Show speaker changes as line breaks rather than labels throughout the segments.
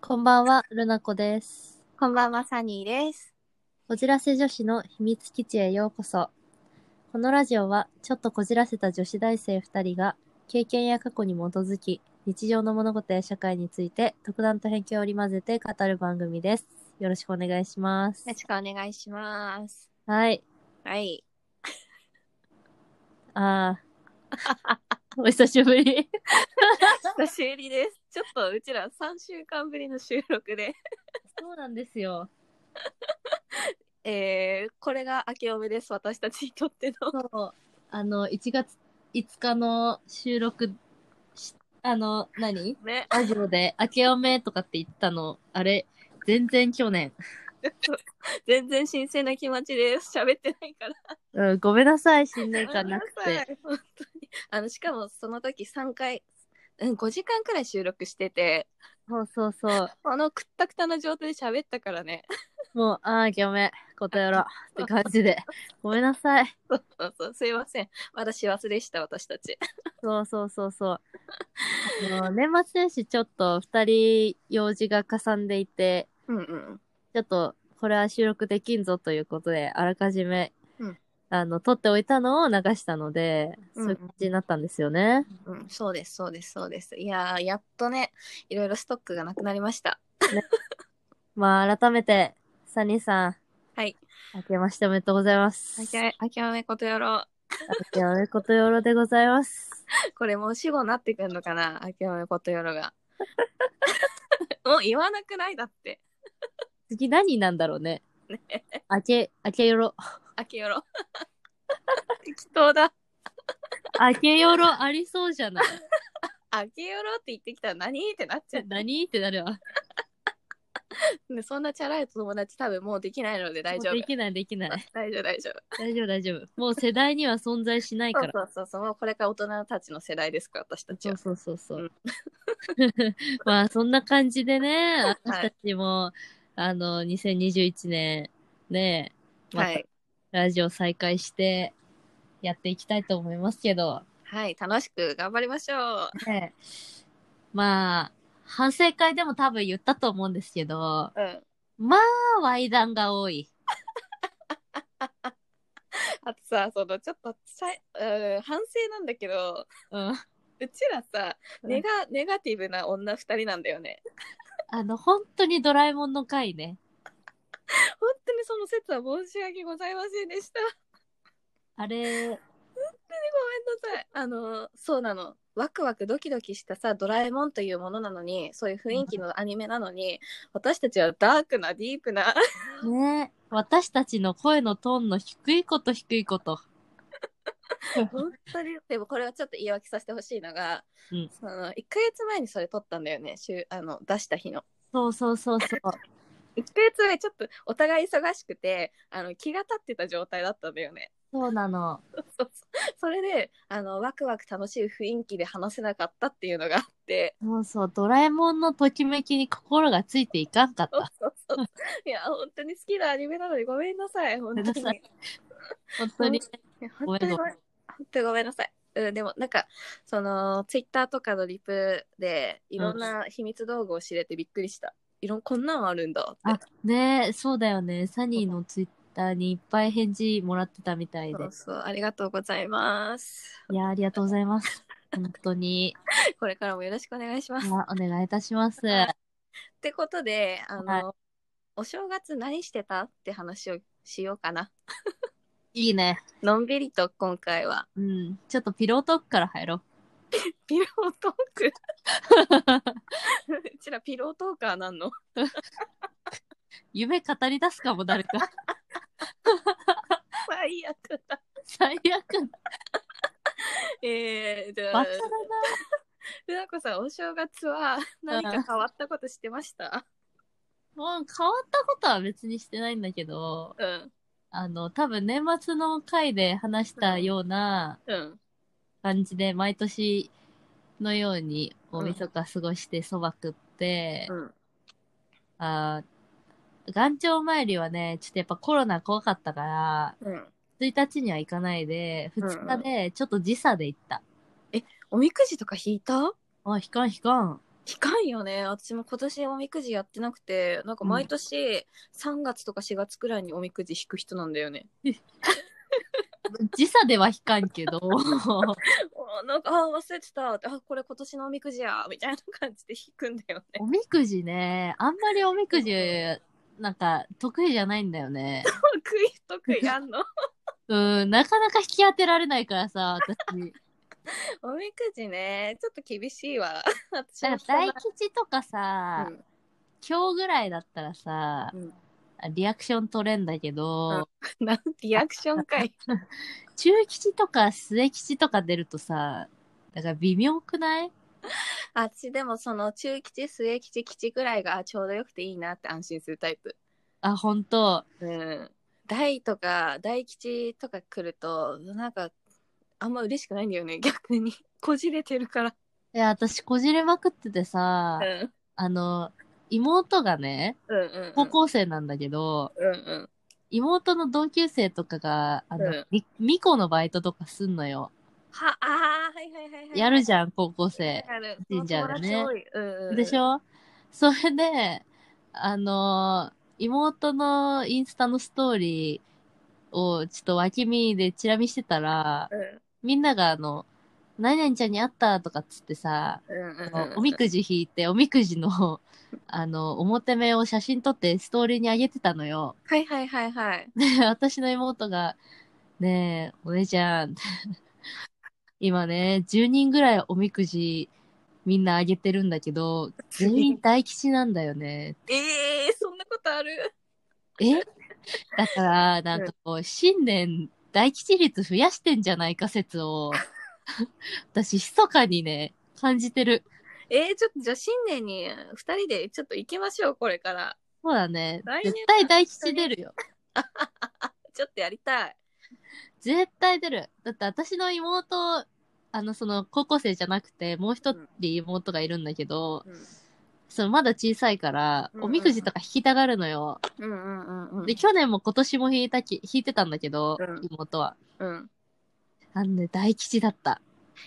こんばんは、ルナコです。
こんばんは、サニーです。
こじらせ女子の秘密基地へようこそ。このラジオは、ちょっとこじらせた女子大生2人が、経験や過去に基づき、日常の物事や社会について、特段と偏見を織り交ぜて語る番組です。よろしくお願いします
よろ。しくお願いします。
はい。
はい。
あー。お 久しぶり。
久しぶりです。ちょっとうちら3週間ぶりの収録で、
そうなんですよ。
えー、これが明けおめです、私たちにとっての。
そう。あの、1月5日の収録し、あの、何
ね。
ラジオで、明けおめとかって言ったの、あれ、全然去年。
全然新鮮な気持ちです。喋ってないから。
うん、ごめんなさい、新年間なく
ごめんな
て。
さい。本当に。あの、しかもその時3回、うん、5時間くらい収録してて、
そうそうそう。
このくったくたの状態で喋ったからね。
もう、あー、明けおめ、ことやろって感じで。ごめんなさい。
そうそうそう、すいません。まだ幸せでした、私たち。
そうそうそうそう。あの年末年始、ちょっと2人用事がかさんでいて、
うんうん。
ちょっと、これは収録できんぞということで、あらかじめ、
うん
あの、撮っておいたのを流したので、
うん
そういう感じになったんですよね。
うん、そうです、そうです、そうです。いやー、やっとね、いろいろストックがなくなりました。
まあ、改めて、サニーさん。
はい。
明けましておめでとうございます。
あきあきまめことやろ
明けおめことよろでございます。
う。 これもう死後になってくんのかな、あきまめことやろが。 もう言わなくないだって。
次何なんだろう ね。明け、明けよろ。
あきよろ。 適当だ。
明けよろありそうじゃない
あきよろって言ってきたら何ってなっちゃ
何ってなるわ。
う。ねそんなチャラい友達多分もうできないので大丈
も
夫
うで。きないできない。
大丈夫、大丈夫。
大丈夫大丈夫。もう世代には存在しない
そ
から。
うそうそうそう。もうこれから大人たちの世代ですから、私たち
そ
は
う。そうそうそう。 まあそんな感じでね、私たちも、あの、2021年、ね、ま
は
た
い。
ラジオ再開してやっていきたいと思いますけど、
はい、楽しく頑張りましょう。
ねまあ、反省会でも多分言ったと思うんですけど、
うん。
まあ、ワイダンが多い。
あとさそのちょっとさ、うん、反省なんだけど
うん。
うちらさネガ,、ネガティブな女2人なんだよね
あの、本当にドラえもんの回ね。
本当にその説は申し訳ございませんでした
あれ、
ごめんなさいあのそうなのワクワクドキドキしたさドラえもんというものなのにそういう雰囲気のアニメなのに私たちはダークなディープな
ね、私たちの声のトーンの低いこと低いこと。
本当に でもこれはちょっと言い訳させてほしいのが、
うん
その1ヶ月前にそれ撮ったんだよね週あの出した日の
そうそうそうそう。
1ヶ月前ちょっとお互い忙しくてあの気が立ってた状態だったんだよね
そうなの。
そうそうそれであのワクワク楽しい雰囲気で話せなかったっていうのがあって
そうそう、ドラえもんのときめきに心がついていかんかっ
そう
た。
そうそういや本当に好きなアニメなのにごめんなさい本当
ご
に
めんなさ本当に。
いや
ごめん
本当に
ご
ご
め
めん
ん。
本当にごめんなさい、うん、でもなんかそのツイッターとかのリプでいろんな秘密道具を知れてびっくりした、いろんこんなんあるんだっ
あ
て、
ねそうだよね。サニーのツイッターにいっぱい返事もらってたみたいで
そ。うそうありがとうございます
いや、ありがとうござい ます。本当 に。
これからもよろしくお願いします、
いやお願いいたします。
ってことであの、
はい
お正月何してたって話をしようかない
いね。
のんびりと今回は
うん。ちょっとピロートークから入ろう。
ピロートークう ちらピロートーカーなんの
夢語り出すかも、誰 か。
最悪だ。
最悪。
えー、じゃ
バ
あ
カ、だ
ルナコさん、お正月は何か変わったことしてました
な。もう変わったことは別にしてないんだけど、
うん、
あの、多分年末の回で話したような
うん、
感じで、毎年のようにおみそか過ごしてそば食って、
うん。
あー元朝参りはね、ちょっとやっぱコロナ怖かったから、
うん、
1日には行かないで、
うん
2日でちょっと時差で行った。
おみくじとか引いた
あ、引かん引かん。
期間よね私も今年おみくじやってなくてなんか毎年3月とか4月くらいにおみくじ引く人なんだよね、
時差では引かんけ ど
おなんかあー忘れてたあこれ今年のおみくじやみたいな感じで引くんだよ ね
おみくじねあんまりおみくじなんか得意じゃないんだよね
得意不得意あんの
うんなかなか引き当てられないからさ 私
おみくじねちょっと厳しいわ 私
だ
も
から大吉とかさ、
うん
今日ぐらいだったらさ、
うん
リアクション取れんだけど、
なんリアクションかい
中吉とか末吉とか出るとさだから微妙くない
あっちでもその中吉末吉吉ぐらいがあちょうどよくていいなって安心するタイプ
あ本当
うん大とか大吉とか来るとなんかあんま嬉しくないんだよね逆にこじれてるから、
いや私こじれまくっててさ、
うん、
あの妹がね
うんうん
高校生なんだけど、
うんうん
妹の同級生とかがあの、
うん
みみこのバイトとかすんのよ
はあーはいはいはいはい
やるじ
ゃん
ゃん高校生
やる
神社でね
友達多いうんうん
でしょそれで、あのー妹のインスタのストーリーをちょっと脇見でチラ見してたら、
うん
みんながあの、何々ちゃんに会ったとかっつってさ、
うんうんうん
おみくじ引いて、おみくじの、あの、表目を写真撮ってストーリーに上げてたのよ。
はいはいはいはい
で、私の妹が、ねえ、お姉ちゃん、今ね、10人ぐらいおみくじみんなあげてるんだけど、全員大吉なんだよね。
えー、そんなことある
えだから、なんかこう、新年大吉率増やしてんじゃないか説を、私、密かにね、感じてる。
えー、ちょっとじゃあ新年に二人でちょっと行きましょうこれから
そうだね
来。年
絶対大吉出るよ。
ちょっとやりたい
絶対出る。だって私の妹、あの、その、高校生じゃなくて、もう一人妹がいるんだけど、
うん
その、まだ小さいから、
うんうん
おみくじとか引きたがるのよ。
うんうんうんうん
で、去年も今年も引いたき、引いてたんだけど、
うん
妹は。
うん
あのね、大吉だった。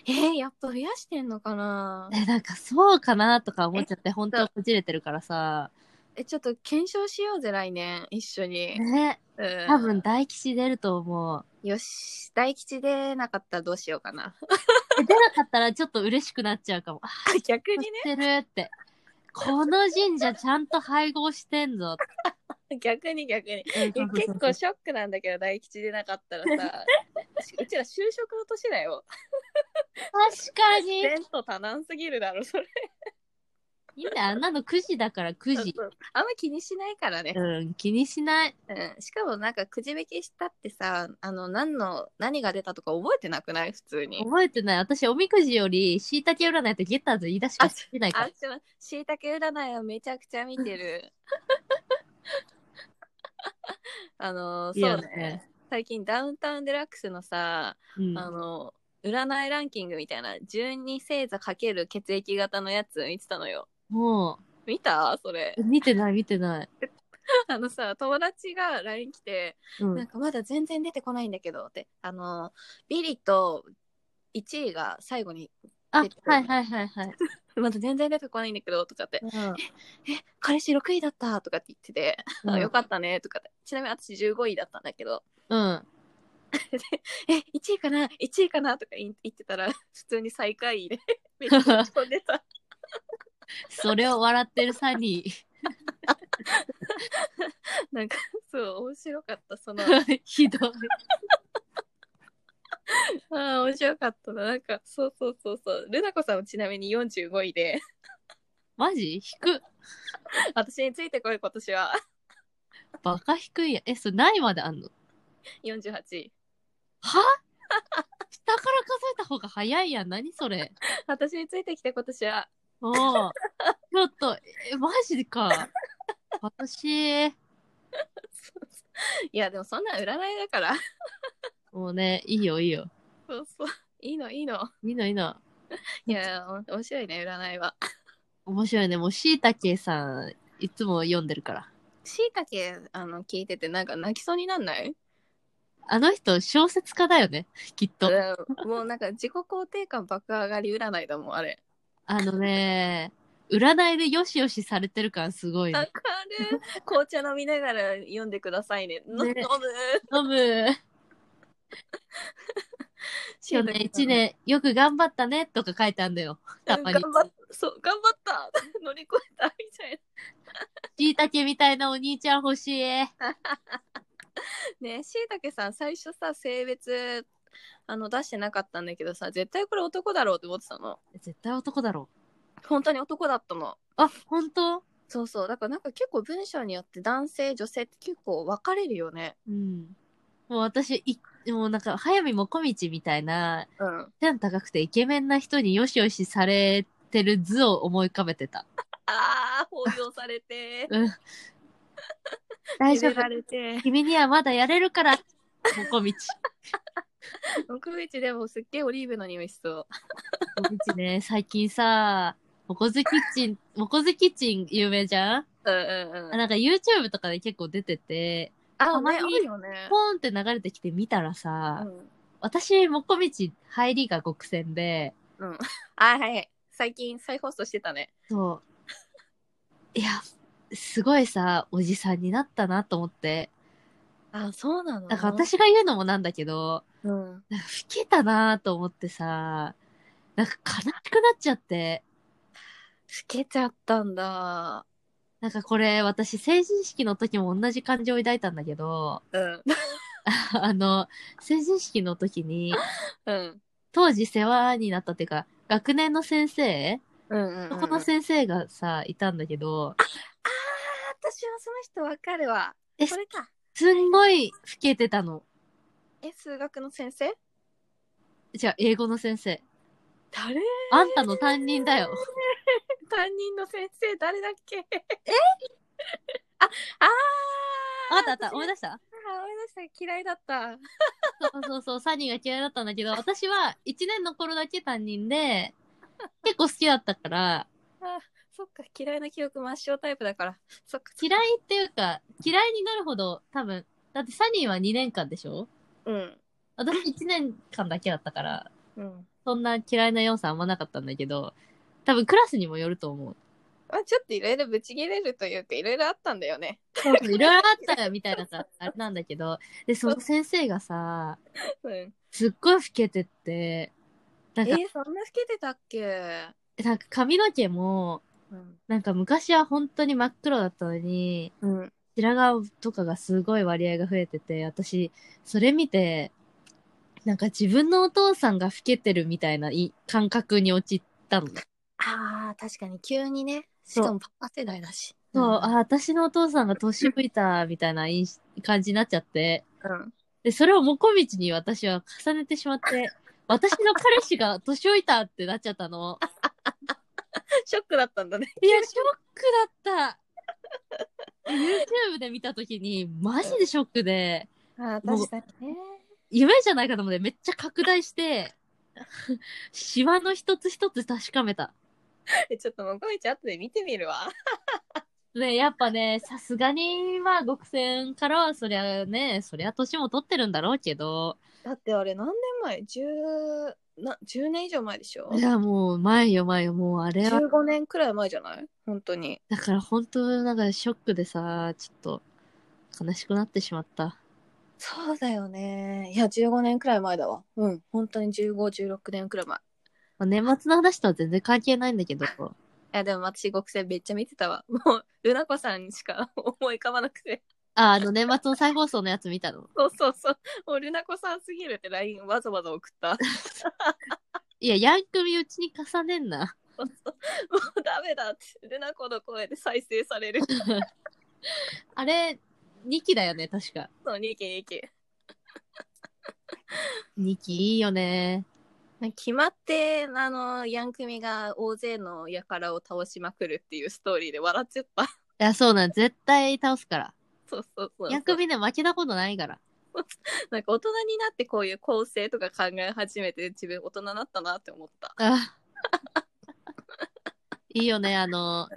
えー、やっぱ増やしてんのかな
え、なんかそうかなとか思っちゃって、本当はこじれてるからさ。
えちょっと検証しようぜ来年一緒に、
ね。
うん、
多分大吉出ると思う。
よし大吉でなかったらどうしようかな
え出なかったらちょっと嬉しくなっちゃうかも。あ、
逆に
知ってるって。この神社ちゃんと配合してんぞ。
ね逆に逆に
結
いや結構ショックなんだけど大吉でなかったら さうちら就職の年だよ
確かに。い
前途多難すぎるだろそれ
いんだよ、あんなの9時だから9時。
あんま気にしないからね、
うん、気にしない。
うん、しかもなんかくじ引きしたってさあの何の何が出たとか覚えてなくない普通に
覚えてない。私、おみくじより、椎茸占いとゲッターズ言い出しか知ってないか
あ
ら。
ちょしいたけ占いをめちゃくちゃ見てる あの
いいよ
そうね最近ダウンタウンデラックスのさ、
うん
あの占いランキングみたいな12星座×血液型のやつ見てたのよ
も
見たそれ
う、見てない、見てない。
あのさ友達が LINE 来て、
うん
なんかまだ全然出てこないんだけどってあのビリと1位が最後に
あ、はいはいはい はい。
まだ全然出てこないんだけどとかって「え彼氏6位だった」とかって言ってて
うん
あよかったねとかってちなみに私15位だったんだけど
うん。
「え1位かな1位かな」とか言い言ってたら普通に最下位で めっちゃ落ち込ん でた
それを笑ってるサニ
なんか そう面白かったそのあ
ー。 ひどい。
ー面白かったななんかそうそうそうそうルナ子さんもちなみに45位で
マジ低く。
私についてこい今年は
バカ低いやん。え、それ何位まであんの
48位
は 下から数えた方が早いやん。何それ。
私についてきて今年は
おう。ちょっと、え、マジか。私、
そうそういやでもそんなん占いだから
もうね、いいよいいよ。
そうそういいのいいの
いいのいいの。
いやお面白いね占い は
面白いね。もう、しいたけさん、いつも読んでるから。
しいたけあの聞いててなんか泣きそうになんない、
あの人、小説家だよね。きっと。
うんもうなんか自己肯定感爆上がり占いだもんあれ
あのね、占占いでよしよしされてる感すごい、
わ
ね
か。る。 紅茶飲みながら読んでくださいね。の 飲
ね
む。
飲む。去年一年よく頑張ったねとか書いたんだよ。たまに。
頑張っそう頑張った 乗り越えたみたい
しいたけみたいなお兄ちゃん欲しい。
なねえしいたけさん最初さ性別あの出してなかったんだけどさ絶対これ男だろうって思ってたの
絶対男だろ。
本当に男だったの
あ、本当
そうそうだからなんか結構文章によって男性女性って結構分かれるよね
うん。もう私、いもうなんか、早見もこみちみたいな、
うん
背の高くてイケメンな人によしよしされてる図を思い浮かべてた。
あー抱擁されて
うん。大丈
入れ
夫。
られ て
君にはまだやれるから、もこみち。
もこみちでもすっげえオリーブの匂いしそう
もこみちね、最近さ、もこずキッチン、もこずキッチン有名じゃん
うんうんう
あ
ん
なんか YouTube とかで結構出てて、
あ
たま
ね
に
あるよね
ポーンって流れてきて見たらさ
う、ん
私、もこみち入りが極戦で、
あはいはい最近再放送してたね
そう。いや、すごいさ、おじさんになったなと思って。
あそうなの
なんか私が言うのもなんだけど、
うん
なんか老けたなと思ってさ、なんか悲しくなっちゃって。
老けちゃったんだ。
なんかこれ私成人式の時も同じ感情を抱いたんだけど、
うん。
あの、成人式の時に、
うん。
当時世話になったっていうか、学年の先生
うん。
そこの先生がさ、いたんだけど、
私はその人わかるわ。
え
これか。
すんごい老けてたの。
え、数学の先生
じゃあ、英語の先生。
誰
あんたの担任だよ。
担任の先生誰だっけえ あ、あー
あったあった、
私
思い出した
あ思い出した。嫌いだった。
そうそうそう、サニーが嫌いだったんだけど、私は1年の頃だけ担任で、結構好きだったから、
そっか、嫌いな記憶抹消タイプだから。そっか。
嫌いっていうか、嫌いになるほど多分、だってサニーは2年間でしょ
うん。
私1年間だけだったから、
うん。
そんな嫌いな要素あんまなかったんだけど、多分クラスにもよると思う。
まあ、ちょっといろいろブチ切れるというか、いろいろあったんだよね。
そうそういろいろあったよみたいなさ、あれなんだけど、で、その先生がさ、
うん。
すっごい老けてって、な
え
んか、
ーそんな老けてたっけ
なんか髪の毛も、
うん。
なんか昔は本当に真っ黒だったのに、
うん。
白髪とかがすごい割合が増えてて、私、それ見て、なんか自分のお父さんが老けてるみたいない感覚に陥ったの。
ああ、確かに急にね。し
そう
かもパパ世代だし。
そう、あ、私のお父さんが年老いたみたいな印感じになっちゃって、
うん。
で、それをもこみちに私は重ねてしまって、私の彼氏が年老いたってなっちゃったの。
ショックだったんだね。
いや、ショックだった !YouTube で見たときに、マジでショックで、
ああ、
もう
確かにね。
夢じゃないかと思ってめっちゃ拡大して、シワの一つ一つ確かめた。
え ちょっともこみち後で見てみるわ。
ね、やっぱね、さすがに、まあ、極戦からは、そりゃね、そりゃ年も取ってるんだろうけど、
だってあれ何年前 ?10、な、10年以上前でしょ
いや、もう、前よ前よ、もうあれは、
?15 年くらい前じゃない本当に。
だから本当、なんかショックでさ、ちょっと、悲しくなってしまった。
そうだよね。いや、15年くらい前だわ。うん。本当に15、16年くらい前。い
まあ、年末の話とは全然関係ないんだけど、
や、でも私、極戦めっちゃ見てたわ。もう、ルナ子さんにしか思い浮かばなくて。
あ、あの、年末の再放送のやつ見たの。
そうそうそう。もう、ルナ子さんすぎるって LINE わざわざ送った。
いや、ヤンクミうちに重ねんな。
そうそうもう ダメだって、ルナ子の声で再生さ れる。
あれ、2期だよね、確か。
そう、ニキニキ。
2期いいよね。
決まって、あの、ヤンクミが大勢の輩を倒しまくるっていうストーリーで笑っちゃった。
いや、そうなん、絶対倒すから。
そうそうそう。
ヤンクミね、負けたことないから。
なんか大人になってこういう構成とか考え始めて、自分大人になったなって思った。
あいいよね、あの、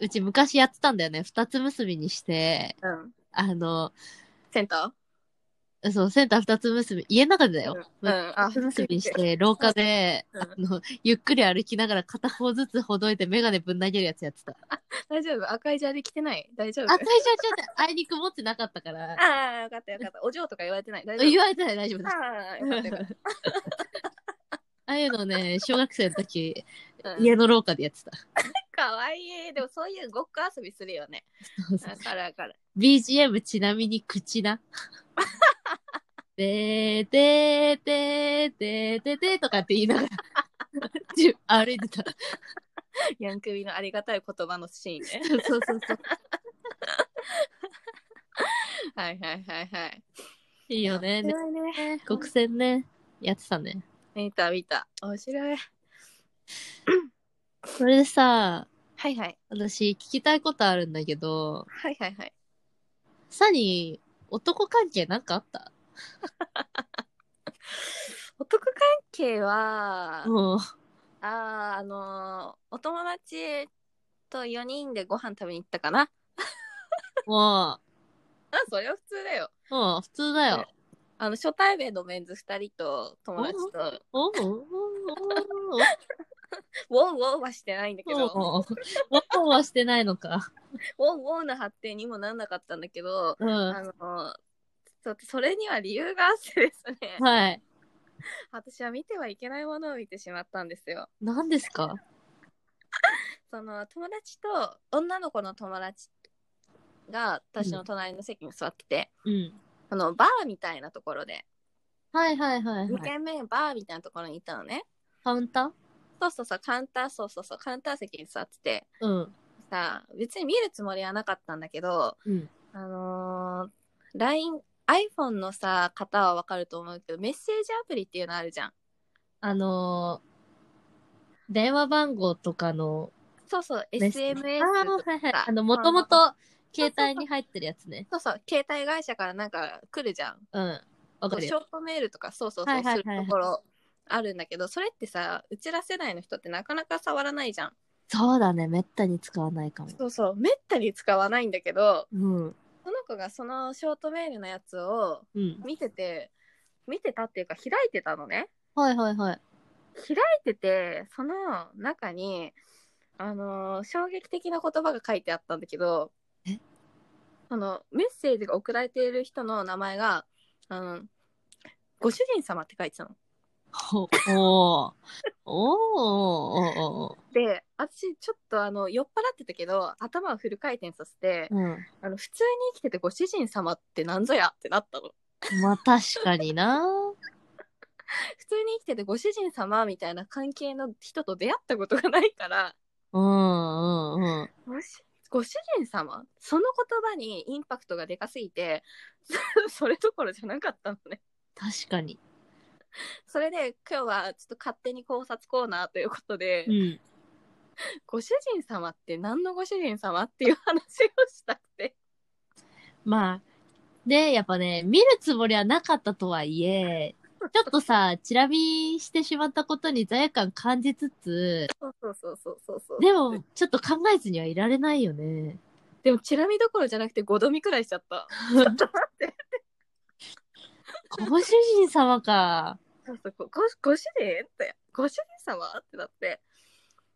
うち昔やってたんだよね。二つ結びにして、
うん。
あの、
センター
そう、センター二つ結び、家の中でだよ。
うん、あ
二つ結 びして、廊下で、
うん
あの、ゆっくり歩きながら片方ずつほどいてメガネぶん投げるやつやってた。
大丈夫赤いジャージ着てない大丈夫
あ、最初はちょっと、あいにく持ってなかったから、
ああよかったよかったお嬢とか言われてない大丈夫
言われたら大丈夫だ。
ああよ かったよかっ
ああいうのね、小学生の時、
た、うん、
家の廊下でやってた。
かわいいでもそういうごっこ遊びするよね
そうそう
わかるわかる
BGM ちなみに口 な。でーでーでーでーでーでーとかって言いながら、じゅ歩いてた。
ヤンクビのありがたい言葉のシーンね
そうそうそう。
はいはいはいはい
いいよね。で
白いね
国選ね、やってたね。
見た見た面白い
それでさ、
はいはい
私聞きたいことあるんだけど、
はいはいはい
サニー、男関係なんかあった
男関係は、
もう、
あーあのーお友達と4人でご飯食べに行ったかな
も
あそれは普通だよ
う、もう普通だよ。
あの初対面のメンズ2人と友達と
おうおうおうおう
ウォンウォンはしてないんだけどウォン
おうワンワンはしてないのか。
ウォンの発展にもなんなかったんだけど
うん。
あのーちょっとそれには理由があってですね
はい。
私は見てはいけないものを見てしまったんですよ
何ですか
その友達と女の子の友達が私の隣の席に座ってて、
うん。
あのバーみたいなところで
はいはいはい、
2
はい。
軒目バーみたいなところに行ったのね
カウンター
そうそうそうカウンターそうそうそうカウンター席に座ってて
うん。
さ別に見るつもりはなかったんだけど
うん。
あのー、LINE iPhone のさ方はわかると思うけどメッセージアプリっていうのあるじゃん
あのー、電話番号とかの
そうそう
メッセージ
SMS
あ
と
ーはいはい。
か
あの、もともと携帯に入ってるやつね。
そうそう携帯会社からなんか来るじゃん
うん。わかる
ショ
よ。
ートメールとかそうそうそう、
はいはいはい
するところあるんだけどそれってさうちら世代の人ってなかなか触らないじゃん
そうだね。めったに使わないかも。
そうそうめったに使わないんだけど
うん。
その子がそのショートメールのやつを
うん。
見てて見てたっていうか開いてたのね
はいはいはい。
開いててその中にあのー衝撃的な言葉が書いてあったんだけど
え
そのメッセージが送られている人の名前があのご主人様って書いてたの。
ほおー。おー。おーおー。
で私ちょっとあの酔っ払ってたけど頭をフル回転させて、
うん。
あの普通に生きててご主人様ってなんぞやってなったの。
まあ確かにな。
普通に生きててご主人様みたいな関係の人と出会ったことがないから
うんうんうん。
ごしご主人様その言葉にインパクトがでかすぎて それどころじゃなかったのね
確かに。
それで今日はちょっと勝手に考察コーナーということで、
うん。
ご主人様って何のご主人様っていう話をしたくて
まあ、で、やっぱね、見るつもりはなかったとはいえ、ちょっとさ、チラ見してしまったことに罪悪感感じつつ、
そうそうそうそうそうそう
でも、ちょっと考えずにはいられないよね。
でもチラ見どころじゃなくて5度見くらいしちゃったちょっと待って
ご主人様か。
そうそうごご主人ってご主人様ってなって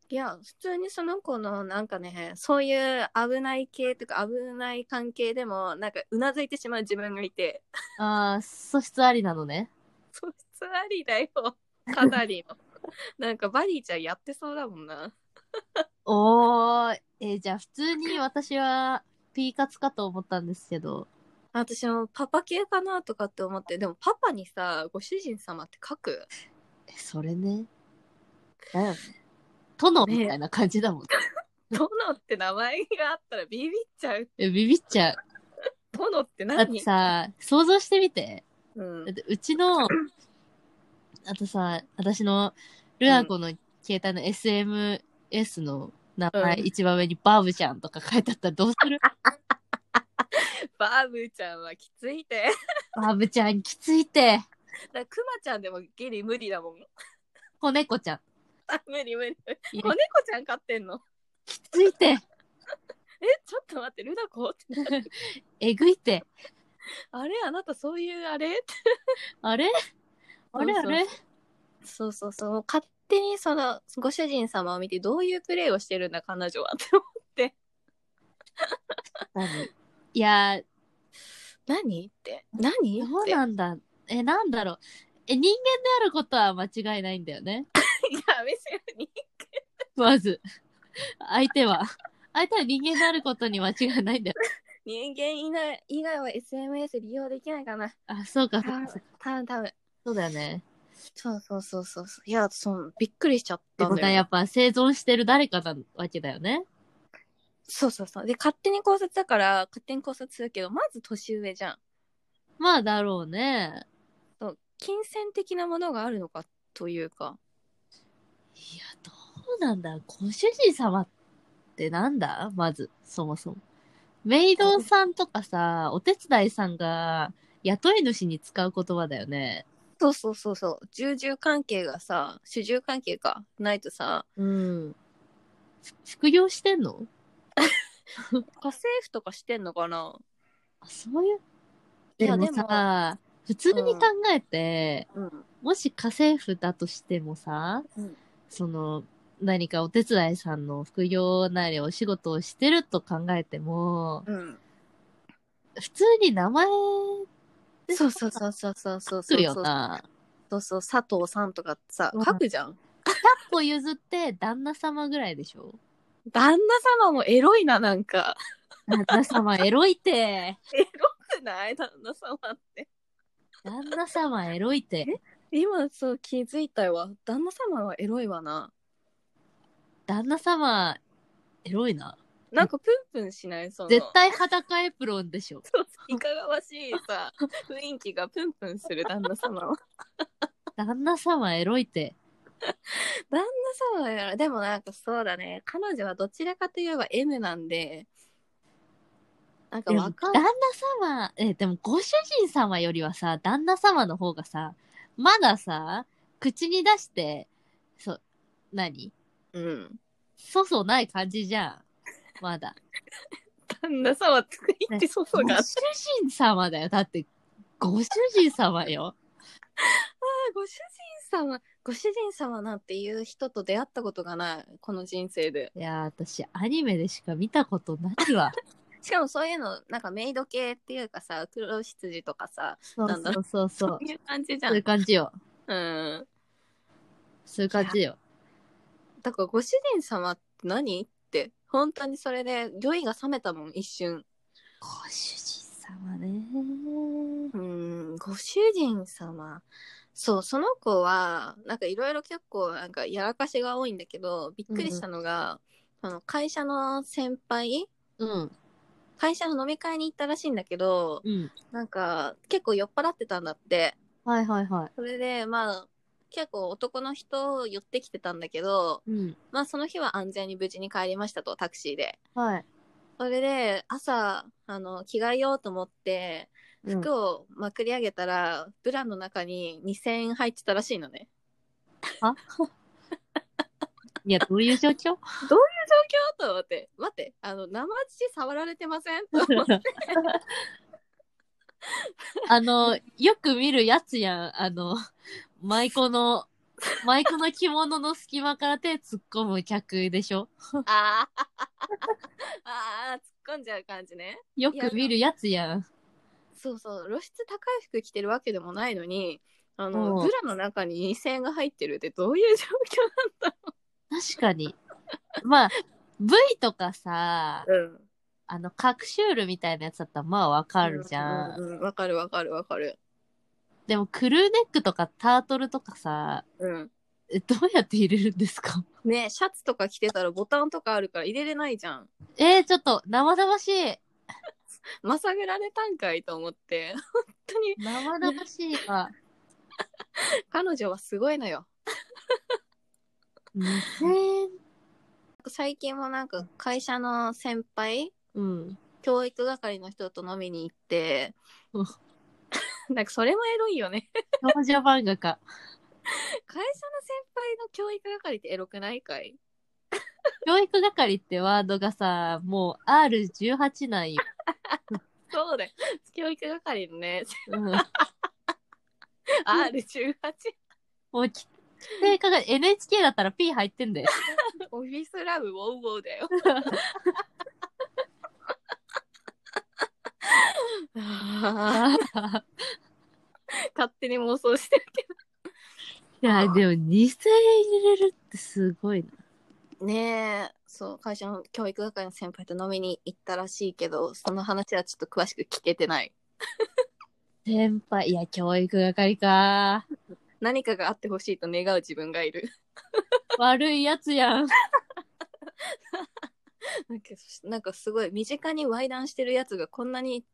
いや普通にその子のなんかねそういう危ない系とか危ない関係でもなんかうなずいてしまう自分がいて
ああ、素質ありなのね。
そいつありだよかなり のなんかバリーちゃんやってそうだもんな
おー、えーじゃあ普通に私は、ピーカツかと思ったんですけど。
私もパパ系かなとかって思ってでもパパにさご主人様って書く
え、それね。だよね。殿みたいな感じだもん。
殿って名前があったらビビっちゃう
えビビっちゃう。
殿って
だって
何
さ、想像してみて。
うん
だってうちの、あとさ、私のルアコの携帯の SMS の名前、
うん
一番上にバブちゃんとか書いてあったらどうす る
バーブーちゃんはきついて
バブちゃんきついて、
だクマちゃんでもギリ無理だもん。
子猫ちゃん
あ無理無理。無
い
理
や
子猫ちゃん飼ってんの。
きついて、
えちょっと待ってルナコって。
えぐいて、
あれあなたそういうあれ
あれあれあれ
そうそうそう。勝手にその、ご主人様を見て、どういうプレイをしてるんだ、彼女はって思う。
いやー、
何って。何っ
そう
て。いや、
なんだ。え、なんだろう。え、人間であることは間違いないんだよね。
別に。
まず。相手は。相手は人間であることに間違いないんだよ。
人間以外以外は SMS 利用できないかな。
あ、そうか、そうか。
た多分多分
そうだよね。
そうそうそうそうそう。いや、その、びっくりしちゃっ
で
たん
も
だよね。
やっぱ生存してる誰かなわけだよね。
そうそうそう。で、勝手に考察だから、勝手に考察するけど、まず年上じゃん。
まあだろうね。
そう金銭的なものがあるのかというか。
いや、どうなんだご主人様ってなんだまず、そもそも。メイドさんとかさ、お手伝いさんが雇い主に使う言葉だよね。
そうそうそうそう。従従関係がさ、主従関係か、ないとさ、
うん。副業してんの
家政婦とかしてんのかな
あそういう。
いや
でもさ、普通に考えて、
うん。
もし家政婦だとしてもさ、
うん
その、何かお手伝いさんの副業なりお仕事をしてると考えても、
うん。
普通に名前
そうそうそうそうそうそう
す
そう
るよ
そう。
な。
そうそう、佐藤さんとかさ
うん、
書くじゃん。
100歩譲って旦那様ぐらいでしょ
旦那様もエロいな、なんか。
旦那様エロいて。
エロくない旦那様って。
旦那様エロいて。
今、そう気づいたよわ。旦那様はエロいわな。
旦那様エロいな。
なんかプンプンしないその。
絶対裸エプロンでしょ。
そうそういかがわしい さ、雰囲気がプンプンする旦那様は。
旦那様エロいて。
旦那様やら、でもなんかそうだね。彼女はどちらかといえば M なんで、なんか
でも
わか
旦
ん
那様、え、でもご主人様よりはさ、旦那様の方がさ、まださ、口に出して、そう、何
うん。
粗相ない感じじゃん。まだ。
旦那様って言ってそう
ご
が。
主人様だよ。だって、ご主人様よ。
ご主人様、ご主人様なんていう人と出会ったことがない。この人生で。
いやー、私、アニメでしか見たことないわ。
しかもそういうの、なんかメイド系っていうかさ、黒羊とかさ、
そう
なんだ
そうそうそ
そうう。いう感じじゃ。
そういうん感じよ。
うん。
そういう感じよ。
だからご主人様って何って、本当にそれで、酔いが冷めたもん、一瞬。
ご主人様ね。
うーん、ご主人様。そう、その子は、なんかいろいろ結構、なんかやらかしが多いんだけど、びっくりしたのが、その会社の先輩
うん。
会社の飲み会に行ったらしいんだけど、
うん。
なんか結構酔っ払ってたんだって。
はいはいは
それで、まあ、結構男の人寄ってきてたんだけど、
い。うん。
まあその日は安全に無事に帰りましたと、タクシーで。
はい。
それで、朝、あの、着替えようと思って、
うん
服をまくり上げたら、ブラの中に2000円入ってたらしいのね。
あいや、どういう状況
状況と思って、待って、あの、生地触られてませんと 思って。
あの、よく見るやつやん。あの、舞妓の、舞妓の着物の隙間から手突っ込む客でしょ
あーあー、突っ込んじゃう感じね。
よく見るやつやん。
そうそう、露出高い服着てるわけでもないのに、あ
う
の、
ん
ブラの中に2000円が入ってるってどういう状
確かに。まあ、V とかさ、
況うん。
あの、各シュールみたいなやつだったら、まあわかるじゃん。
うんうんうんわかるわかるわかる。
でも、クルーネックとかタートルとかさ、
うん。
えどうやって入れるんですか
ねシャツとか着てたらボタンとかあるから入れれないじゃん。
えー、ちょっと、生々しい。
まさぐられたんかいと思って、本当に
生々しいわ。
彼女はすごいのよ。
2000
最近もなんか会社の先輩、
うん。
教育係の人と飲みに行って
うん、なん
それもエロいよね。
少女漫画か。
会社の先輩の教育係ってエロくないかい
教育係ってワードがさ、もう R18 なんよ。
そうだよ。教育係の ね、
うん、
R18
もうき、規定かか NHK だったら P 入ってんだよ。
オフィスラブウォーウォーだよ。 あー勝手に妄想してるけ
いや、でも2000円入れるってすごいな。
ど。ねえ、そう、会社の教育係の先輩と飲みに行ったらしいけど、その話はちょっと詳しく聞けてない。
先輩、いや、教育係か。
何かがあってほしいと願う自分がいる。
悪いやつやん。
なんかなんかすごい身近に歪談してるやつがこんなに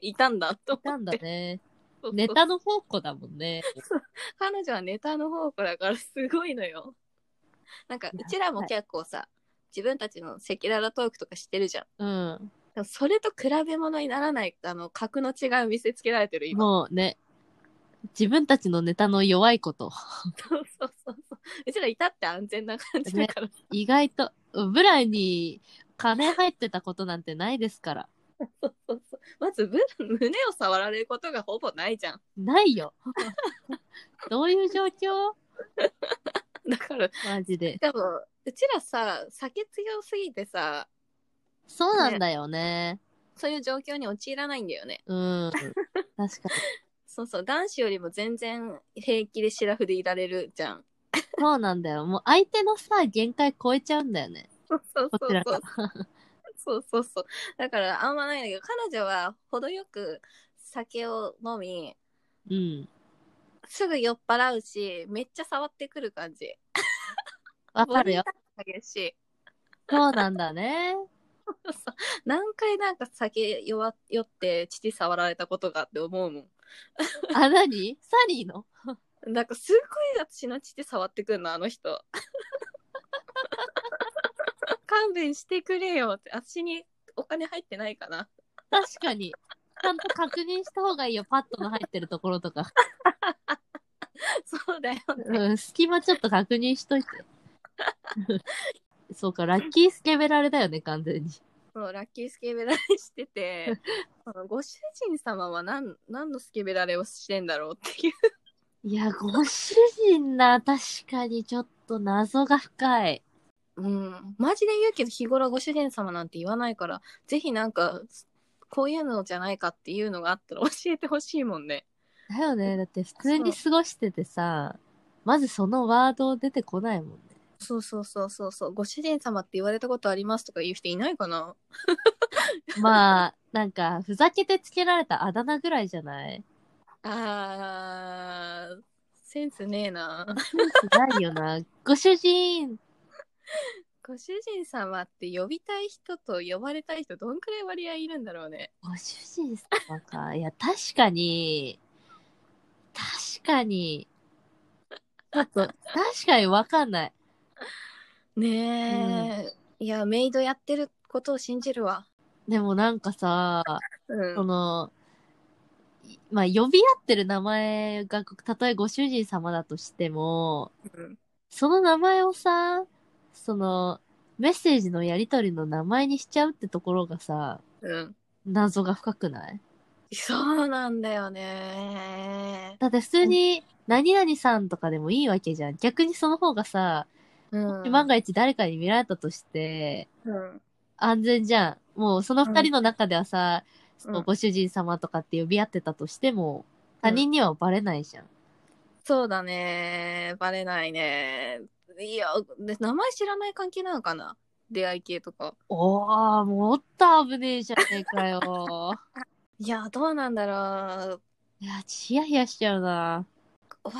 いたんだと思
なん
っ
だ
て。
ね。
そうそう
ネタの宝庫だもんね。
彼女はネタの方向だからすごいのよ。なんかうちらも結構さ、自分たちの赤裸々トークとかしてるじゃん。
うん。
でもそれと比べ物にならないあの格の違いを見せつけられてる今。
もうね、自分たちのネタの弱いこと。
そうそうそうそう。うちらいたって安全な感じだから。
意外と、ブラに金入ってたことなんてないですから。
そうそうそうまずぶ 胸を触られることがほぼないじゃん。
ないよ。 どういう状況
だから
マジで。
でもうちらさ酒強すぎてさ
そうなんだよね。
そういう状況に陥らないんだよね。
うん。確かに。
そうそう男子よりも全然平気でシラフでいられるじゃん。
そうなんだよ。もう相手のさ、限界超えちゃうんだよね。
そうそう
こ
そう
ちら
そ
が
う。そうそうそう。だからあんまないんだけど、彼女は程よく酒を飲み、
うん。
すぐ酔っ払うし、めっちゃ触ってくる感じ。
わかるよ。
ボディタッチ激しい。
そうなんだね。
そうそう何回なんか酒酔わ酔って父触られたことがあって思うも
あ、なにサリーの
ん。なんかすごい私の父触ってくるの、あの人。勘弁してくれよって、私にお金入ってないかな。
確かに。ちゃんと確認した方がいいよ。パッドの入ってるところとか。
そうだよね。
うん、隙間ちょっと確認しといて。そうか、ラッキースケベられだよね、完全に。
そうラッキースケベラレしててそのご主人様は何何のスケベラレをしてんだろうっていう
いや、ご主人な、確かにちょっと謎が深い。
うんマジで言うけど日頃ご主人様なんて言わないからぜひなんかこういうのじゃないかっていうのがあったら 教えてほしいもんね
だよね。だって普通に過ごしててさ、まずそのワード出てこないもんね。
そうそうそうそうそうご主人様って言われたことありますとか言う人いないかな
まあ、なんか、ふざけてつけられたあだ名ぐらいじゃない
あーセンスねえな
ないよな。 ご主人
ご主人様って呼びたい人と呼ばれたい人どんくらい割合いるんだろうね
ご主人様か。いや、確かに、確かに、ちょっと、確かにわかんない。
ねえ、いやメイドやってることを信じるわ、
でもなんかさ、
うん
その、いまあ、呼び合ってる名前が、たとえご主人様だとしても、
うん
その名前をさ、その、メッセージのやりとりの名前にしちゃうってところがさ、
うん、
謎が深くない
そうなんだよね
だって普通に、何々さんとかでもいいわけじゃん。逆にその方がさ、
うん
万が一誰かに見られたとして、
うん
安全じゃん。もうその二人の中ではさ、
うん
そのご主人様とかって呼び合ってたとしても、他人にはバレないじゃん。
そうだねバレないねいやで名前知らない関係なのかな出会い系とか
おー、もっと危ねえじゃねえかよ。
いやどうなんだろう
いや、ヒヤヒヤしちゃうな。
わー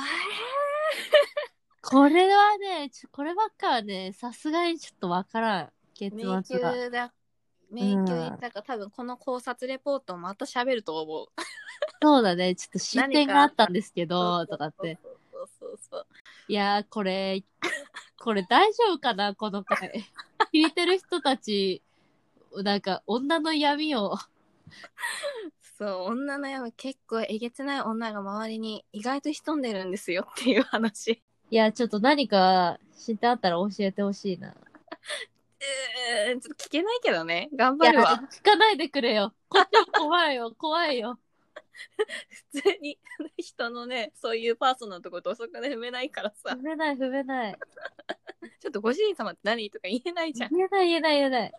これはね、ちょこればっかはね、さすがにちょっとわからん。結
迷
末が。
宮だ迷宮行ったから、多分この考察レポートまた喋ると 思う
そうだね、ちょっと進展があったんですけど、とかって。
そうそうそうそう
いやー、これ、これ大丈夫かな、この回。 聞いてる人たち、なんか、女の闇を。
そう、女の山結構えげつない女が周りに意外と潜んでるんですよっていう話。
いや、ちょっと何か知ってあったら教えてほしいな。
うーんちょっと聞けないけどね。頑
い
張
や、
るわ。
聞かないでくれよ。こっちも怖いよ、怖いよ。
普通に 人のねそういうパーソナルのとこ土足で踏めないからさ
踏めない、踏めない。
ちょっとご主人様って何とか言えないじゃん
言えない、言えない、言え ない。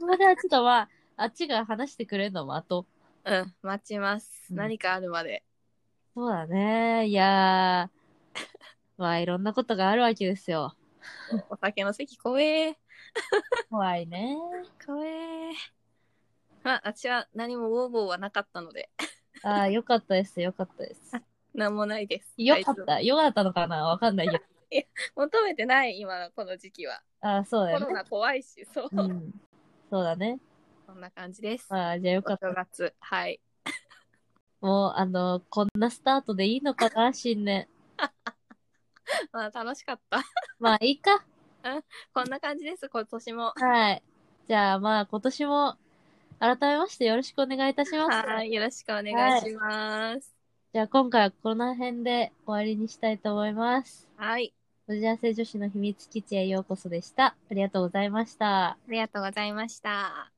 それはちょっとまあ、あっちが話してくれるのも後。
うん待ちます、
うん
何かあるまで
そうだね。いや ーまあ、いろんなことがあるわけですよ。
お酒の席怖え
怖いね。
怖えまあ私は何もウォーボーはなかったので
ああ、よかったです、よかったです。
何もないです
よかっ
大丈
た、よかったのかなわかんないけど。
夫求めてない今のこの時期は
ああ、そうだよ
コロ
ね。
ナ怖いしそう、
うん。そうだね。
そんな感じです
ああ、じゃあよ
お
かった
正。月はい
もう、あの、こんなスタートでいいのかな、新年。
まあ楽しかった
まあ、いいか。
こんな感じです今年も
はい。じゃあ、まあ、今年も、改めましてよろしくお願いいたします。
はいよろしくお願いします
じゃあ、今回はこの辺で終わりにしたいと思います。
はい
おじらせ女子の秘密基地へようこそでした。ありがとうございました。
ありがとうございました